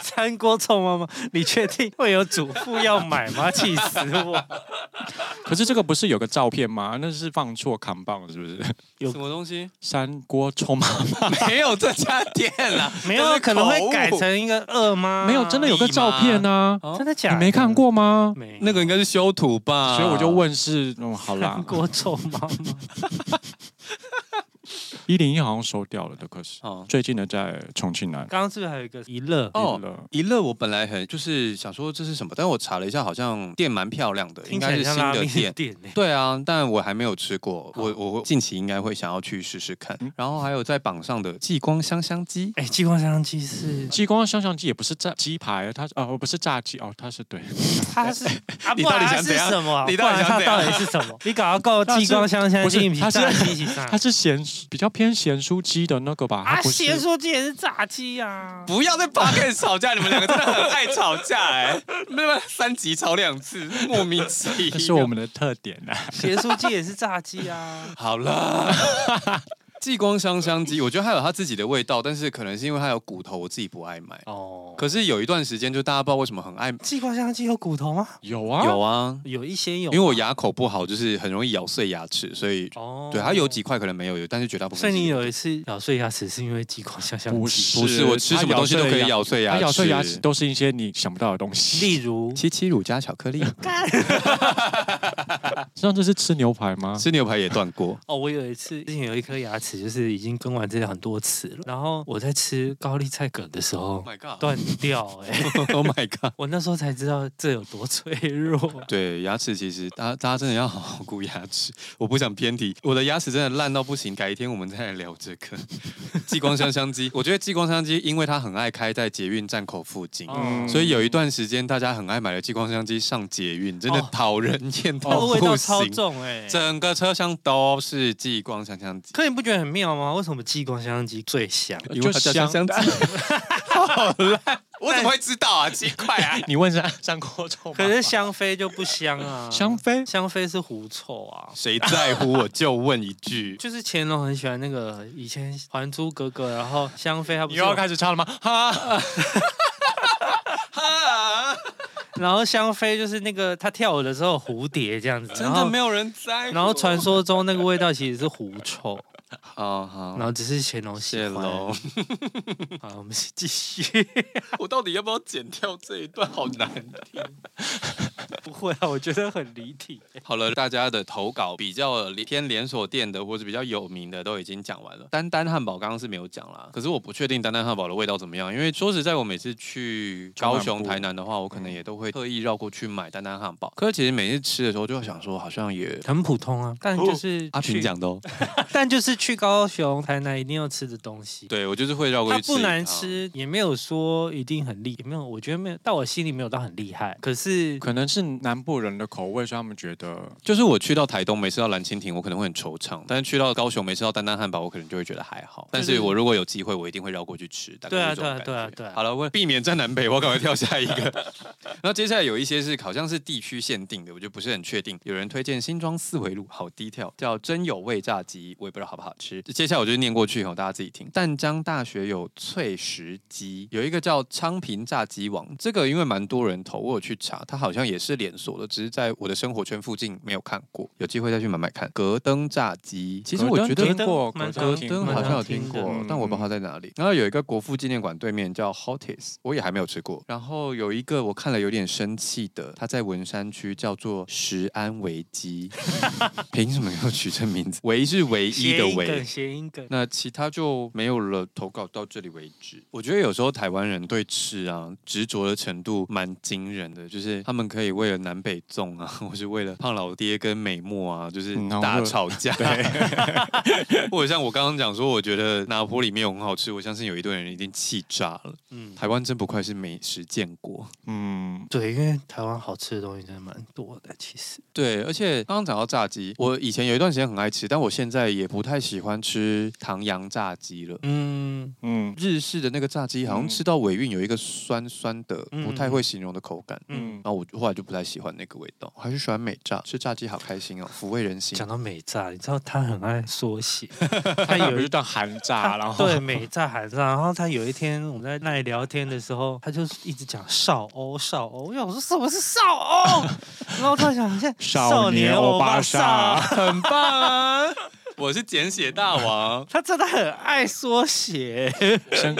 Speaker 3: 三锅臭妈妈，你确定会有主妇要买吗？气死我！
Speaker 1: 可是这个不是有个照片吗？那是放错扛棒是不是？
Speaker 3: 有
Speaker 2: 什么东西？
Speaker 1: 三锅臭妈妈
Speaker 2: 没有这家店啦，
Speaker 3: 没有啊
Speaker 2: 这是
Speaker 3: 可能
Speaker 2: 口
Speaker 3: 会
Speaker 2: 误
Speaker 3: 改成一个二妈，
Speaker 2: 啊
Speaker 3: 啊
Speaker 1: 没有，真的有个照片啊，
Speaker 2: 吗
Speaker 3: 真的假
Speaker 1: 你
Speaker 3: 的？
Speaker 1: 没看？过吗？
Speaker 3: 没
Speaker 2: 那个应该是修图吧？
Speaker 1: 所以我就，问是，嗯，好啦
Speaker 3: 三，锅臭妈妈，
Speaker 1: 一零一好像收掉了的，可是
Speaker 2: 哦，
Speaker 1: 最近的在重庆那里
Speaker 3: 刚刚是不是还有一个一乐？
Speaker 2: 哦
Speaker 1: 了。
Speaker 2: 一乐我本来很就是想说这是什么，但我查了一下，好像店蛮漂亮的，应
Speaker 3: 听起
Speaker 2: 该
Speaker 3: 来
Speaker 2: 是新
Speaker 3: 像拉
Speaker 2: 的
Speaker 3: 面
Speaker 2: 店。
Speaker 3: 店呢。
Speaker 2: 对啊，但我还没有吃过，我
Speaker 3: 哦
Speaker 2: 我会近期应该会想要去试试看
Speaker 1: 嗯。
Speaker 2: 然后还有在榜上的继光香香鸡，
Speaker 3: 哎，激光相机是
Speaker 1: 激光香香鸡也不是炸鸡排，它哦不是炸鸡哦，它是对，
Speaker 3: 它是啊，
Speaker 2: 你
Speaker 3: 不
Speaker 2: 到
Speaker 3: 然
Speaker 2: 底
Speaker 3: 它
Speaker 2: 想
Speaker 3: 是
Speaker 2: 怎样
Speaker 3: 什么？
Speaker 2: 你到底想
Speaker 3: 不然
Speaker 2: 怎
Speaker 3: 它
Speaker 2: 样
Speaker 3: 到底是什么？你搞到够
Speaker 1: 它是
Speaker 3: 激光相相
Speaker 1: 不是
Speaker 3: 机，
Speaker 1: 它是
Speaker 3: 炸鸡起
Speaker 2: 啊
Speaker 3: 上
Speaker 1: 它是咸比较偏咸酥鸡的那个吧，它
Speaker 3: 啊，
Speaker 1: 不是
Speaker 3: 咸酥鸡也是炸鸡啊。
Speaker 2: 不要在 p o d 吵架，你们两个真的很爱吵架哎、没有三集吵两次，莫名其 妙。。
Speaker 1: 这是我们的特点啊呐、
Speaker 3: 咸酥鸡也是炸鸡啊
Speaker 2: 好了。继光香香鸡，我觉得它有它自己的味道，但是可能是因为它有骨头，我自己不爱买。
Speaker 3: 哦，
Speaker 2: 可是有一段时间，就大家不知道为什么很爱
Speaker 3: 激光相机有骨头吗？
Speaker 1: 有啊，
Speaker 2: 有啊，
Speaker 3: 有一些有，
Speaker 2: 因为我牙口不好，就是很容易咬碎牙齿，所以、
Speaker 3: 哦
Speaker 2: 对它有几。块可能没有，但是绝大部分
Speaker 3: 所以
Speaker 2: 是
Speaker 3: 你
Speaker 2: 有
Speaker 3: 有一次咬碎牙齿是因为激光相相
Speaker 1: 不
Speaker 3: 机，
Speaker 1: 是
Speaker 2: 不是我吃什么东西都可以咬碎牙
Speaker 1: 它
Speaker 2: 齿，
Speaker 1: 咬碎牙齿都是一些你想不到的东西。
Speaker 3: 例如
Speaker 2: 七七乳加巧克力，
Speaker 1: 上次是吃牛排吗？
Speaker 2: 吃牛排也断过
Speaker 3: 哦，我有一次之前有一颗牙齿就是已经更完治疗很多次了，然后我在吃高丽菜梗的时候
Speaker 2: ，Oh my god，Oh
Speaker 3: 断掉哎、
Speaker 2: Oh my god，
Speaker 3: 我那时候才知道这有多脆弱。
Speaker 2: 对牙齿其实大家大家真的要好好顾牙齿，我不想偏题，我的牙齿真的烂到不行，改一天我们再来聊这个 激光香香鸡，我 觉得激光香香鸡因为它很爱开在捷运站口附近。
Speaker 1: 哦
Speaker 3: 嗯
Speaker 2: 所以有一段时间，大家很爱买的激光相机上捷运，真的
Speaker 3: 哦
Speaker 2: 讨人厌
Speaker 3: 它的
Speaker 2: 到
Speaker 3: 味道
Speaker 2: 不
Speaker 3: 超
Speaker 2: 行。
Speaker 3: 重哎、
Speaker 2: 整个车厢都是激光香香机，
Speaker 3: 可你不觉得很妙吗？为什么激光相机最香？
Speaker 2: 呃
Speaker 1: 因为它叫香香
Speaker 2: 机， 我怎么会知道啊？奇怪啊！
Speaker 1: 你问三三锅臭吗
Speaker 3: 可是香妃就不香啊，
Speaker 1: 香妃
Speaker 3: 香妃是狐臭啊。
Speaker 2: 谁在乎我就问一句。
Speaker 3: 就是乾隆很喜欢那个以前《还珠格格》，然后香妃她不
Speaker 1: 你
Speaker 3: 是
Speaker 1: 又
Speaker 3: 有，
Speaker 1: 要开始唱了吗？哈，
Speaker 3: 然后香妃就是那个她跳舞的时候有蝴蝶这样子，
Speaker 2: 真的没有人在
Speaker 3: 然后
Speaker 2: 乎。
Speaker 3: 然后传说中那个味道其实是狐臭，
Speaker 2: 好哦好
Speaker 3: 然，后只是乾隆喜
Speaker 2: 谢
Speaker 3: 欢。
Speaker 2: 喽。
Speaker 3: 好，我们继续。
Speaker 2: 我到底要不要剪掉这一段？好难听。
Speaker 3: 不会啊，我觉得很离题。
Speaker 2: 好了，大家的投稿比较偏连锁店的或者比较有名的都已经讲完了。丹丹汉堡刚刚是没有讲啦，可是我不确定丹丹汉堡的味道怎么样，因为说实在，我每次去高雄、
Speaker 1: 中南部
Speaker 2: 台南的嗯话，我可能也都会特意绕过去买丹丹汉堡。可是其实每次吃的时候，就会想说好像也
Speaker 3: 很普通啊，但就是
Speaker 2: 阿
Speaker 3: 去
Speaker 2: 平，讲的哦，
Speaker 3: 但就是去高雄、台南一定要吃的东西。
Speaker 2: 对我就是会绕过
Speaker 3: 它
Speaker 2: 去吃。啊
Speaker 3: 不难，吃，也没有说一定很厉，也没有，我觉得没有，到我心里没有到很厉害。可是
Speaker 1: 可能是南部人的口味，所以他们觉得
Speaker 2: 就是我去到台东没吃到蓝蜻蜓，我可能会很惆怅；但是去到高雄没吃到丹丹汉堡，我可能就会觉得还好。但是我如果有机会，我一定会绕过去吃。大概
Speaker 3: 对啊
Speaker 2: 是这种感觉
Speaker 3: 对啊对啊对啊
Speaker 2: 好了，为避免站南北，我赶快跳下一个。然后接下来有一些是好像是地区限定的，我就不是很确定。有人推荐新庄四回路，好低调，叫真有味炸鸡，我也不知道好不好吃。接下来我就念过去哦，大家自己听。淡江大学有脆石鸡，有一个叫昌平炸鸡王，这个因为蛮多人投，我有去查，它好像也是连锁的，只是在我的生活圈附近没有看过，有机会再去买买看。格登炸鸡，其实我
Speaker 1: 格
Speaker 2: 觉得
Speaker 1: 登听过，
Speaker 3: 蛮
Speaker 2: 格
Speaker 3: 常
Speaker 1: 听
Speaker 2: 登
Speaker 1: 过
Speaker 2: 好像有
Speaker 3: 蛮常
Speaker 2: 听
Speaker 3: 听
Speaker 2: 过
Speaker 3: 的，
Speaker 2: 但我不知道它在哪里。然后有一个国父纪念馆对面叫 Hotis，我也还没有吃过。然后有一个我看了有点生气的，它在文山区叫做石安维基， 凭什么要取这名字？维是唯一的
Speaker 3: 谐音
Speaker 2: 维
Speaker 3: 梗，。谐音梗，
Speaker 2: 那其他就没有了，投稿到这里为止。我觉得有时候台湾人对吃啊执着的程度蛮惊人的，就是他们可以为了南北粽啊， 或是为了胖老爹跟美墨啊，就是
Speaker 1: 嗯然后
Speaker 2: 大
Speaker 1: 为了
Speaker 2: 吵架。 或者像我刚刚讲说，我觉得拿坡里面有很好吃，我相信有一堆人一定气炸了。
Speaker 3: 嗯，
Speaker 2: 台湾真不愧是美食建国。
Speaker 1: 嗯，
Speaker 3: 对，因为台湾好吃的东西真的蛮多的，其实。
Speaker 2: 对，而且刚刚讲到炸鸡，我以前有一段时间很爱吃，但我现在也不太喜欢吃唐扬炸鸡了。
Speaker 3: 嗯，
Speaker 1: 嗯
Speaker 2: 日式的那个炸鸡，好像
Speaker 1: 嗯
Speaker 2: 吃到尾韵有一个酸酸的，
Speaker 3: 嗯
Speaker 2: 不太会形容的口感。
Speaker 1: 嗯
Speaker 2: 然，后我后来就不太喜欢那个味道，我还是喜欢美炸。吃炸鸡好开心哦，抚慰人心
Speaker 3: 讲。到美炸，你知道他很爱缩写，
Speaker 1: 哦他
Speaker 3: 他
Speaker 1: 有
Speaker 3: 有
Speaker 1: 一
Speaker 3: 一
Speaker 1: 段韩炸，
Speaker 3: 他
Speaker 1: 然后
Speaker 3: 对美炸喊炸，然后他有一天我们在那里聊天的时候，他就一直讲少欧少欧，因为我说什么是少欧， 然后我突然想一下，
Speaker 1: 少年欧巴
Speaker 3: 少
Speaker 1: 莎
Speaker 3: 年欧巴，
Speaker 2: 很 棒啊！我是简写大王，
Speaker 3: 他真的很爱缩写
Speaker 1: 生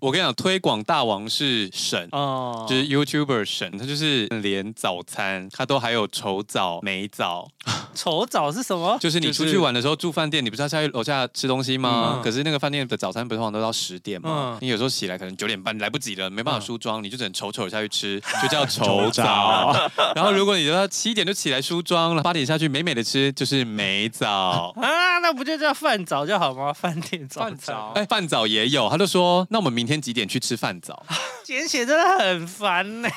Speaker 2: 我跟你讲，推广大王是神。
Speaker 3: 哦，
Speaker 2: 就是 YouTuber 神，他就是连早餐他都还有丑早、美早，
Speaker 3: 丑早是什么？
Speaker 2: 就是你
Speaker 1: 就
Speaker 2: 出去
Speaker 1: 是
Speaker 2: 玩的时候住饭店，你不是要下去楼下吃东西吗？
Speaker 3: 嗯
Speaker 2: 可是那个饭店的早餐不是通常都到十点吗？
Speaker 3: 嗯
Speaker 2: 你有时候起来可能九点半来不及了，没办法
Speaker 3: 嗯。
Speaker 2: 梳妆，你就只能丑丑地下去 吃，就叫丑 早。 然后如果你要七点就起来梳妆了，八点下去美美的吃，就是美早
Speaker 3: 啊，那不就叫饭早就好吗？饭店早餐
Speaker 1: 饭早
Speaker 2: 哎，饭早也有，他就说，那我们明天几点去吃饭 早？
Speaker 3: 简写真的很烦呢、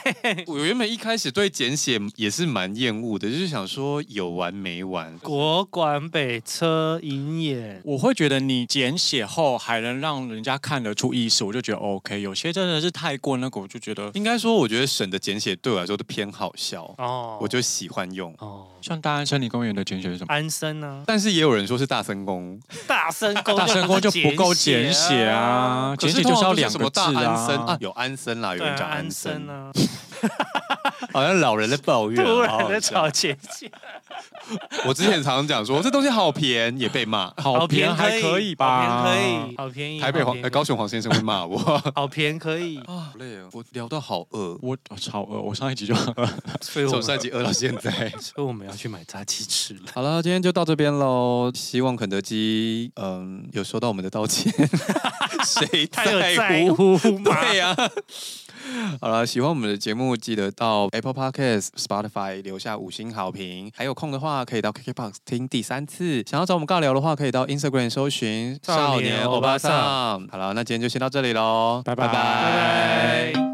Speaker 2: 我原本一开始对简写也是蛮厌恶的，就是想说有完没 完。
Speaker 3: 国馆北车银眼，
Speaker 1: 我会觉得你简写后还能让人家看得出意思，我就觉得 OK。有些真的是太过那个，我就觉得
Speaker 2: 应该说，我觉得省的简写对我来说都偏好笑，
Speaker 3: 哦，
Speaker 2: 我就喜欢用。
Speaker 3: 哦，
Speaker 1: 像大安森林公园的简写是 什么？
Speaker 3: 安生啊，
Speaker 2: 但是也有人说是大森宫，
Speaker 3: 大声公
Speaker 1: 大声公就不够简
Speaker 3: 简
Speaker 1: 写啊，，简写就是要两
Speaker 2: 什
Speaker 1: 个
Speaker 2: 么
Speaker 1: 字
Speaker 2: 大安森啊
Speaker 1: 啊，。
Speaker 2: 有安森啦，有
Speaker 3: 对
Speaker 2: 人
Speaker 3: 啊，
Speaker 2: 讲安
Speaker 3: 安
Speaker 2: 森
Speaker 3: 生，啊，
Speaker 2: 好像老人在抱怨，啊
Speaker 3: 突
Speaker 2: 好
Speaker 3: 然
Speaker 2: 好
Speaker 3: 的
Speaker 2: 笑
Speaker 3: 找简写，
Speaker 2: 我之前常常讲说这东西好便宜，也被骂。
Speaker 1: 好便宜还可以吧？
Speaker 3: 好便宜可以，好便宜，
Speaker 2: 台北
Speaker 3: 好
Speaker 2: 黄
Speaker 3: 便宜
Speaker 2: 呃高雄黄先生会骂 我啊，
Speaker 3: 好便宜可以，
Speaker 2: 好累哦，我聊到好饿，
Speaker 1: 我我超饿，我上一集就很饿。
Speaker 3: 所以我
Speaker 2: 从
Speaker 3: 们
Speaker 2: 上一集饿到现在。
Speaker 3: 所以我们要去买炸鸡吃了。
Speaker 2: 好了，今天就到这边喽。希望肯德基嗯有收到我们的道歉， 谁
Speaker 3: 他有
Speaker 2: 在
Speaker 3: 在
Speaker 2: 乎？
Speaker 3: 乎吗？
Speaker 2: 对呀、 好了，喜欢我们的节目，记得到 Apple Podcast、Spotify 留下五星好评。还有空的话，可以到 KKBox 听第三次。想要找我们尬聊的话，可以到 Instagram 搜寻
Speaker 3: 少年欧巴桑
Speaker 2: 少年欧巴桑好了，那今天就先到这里喽，
Speaker 1: 拜拜
Speaker 3: 拜拜。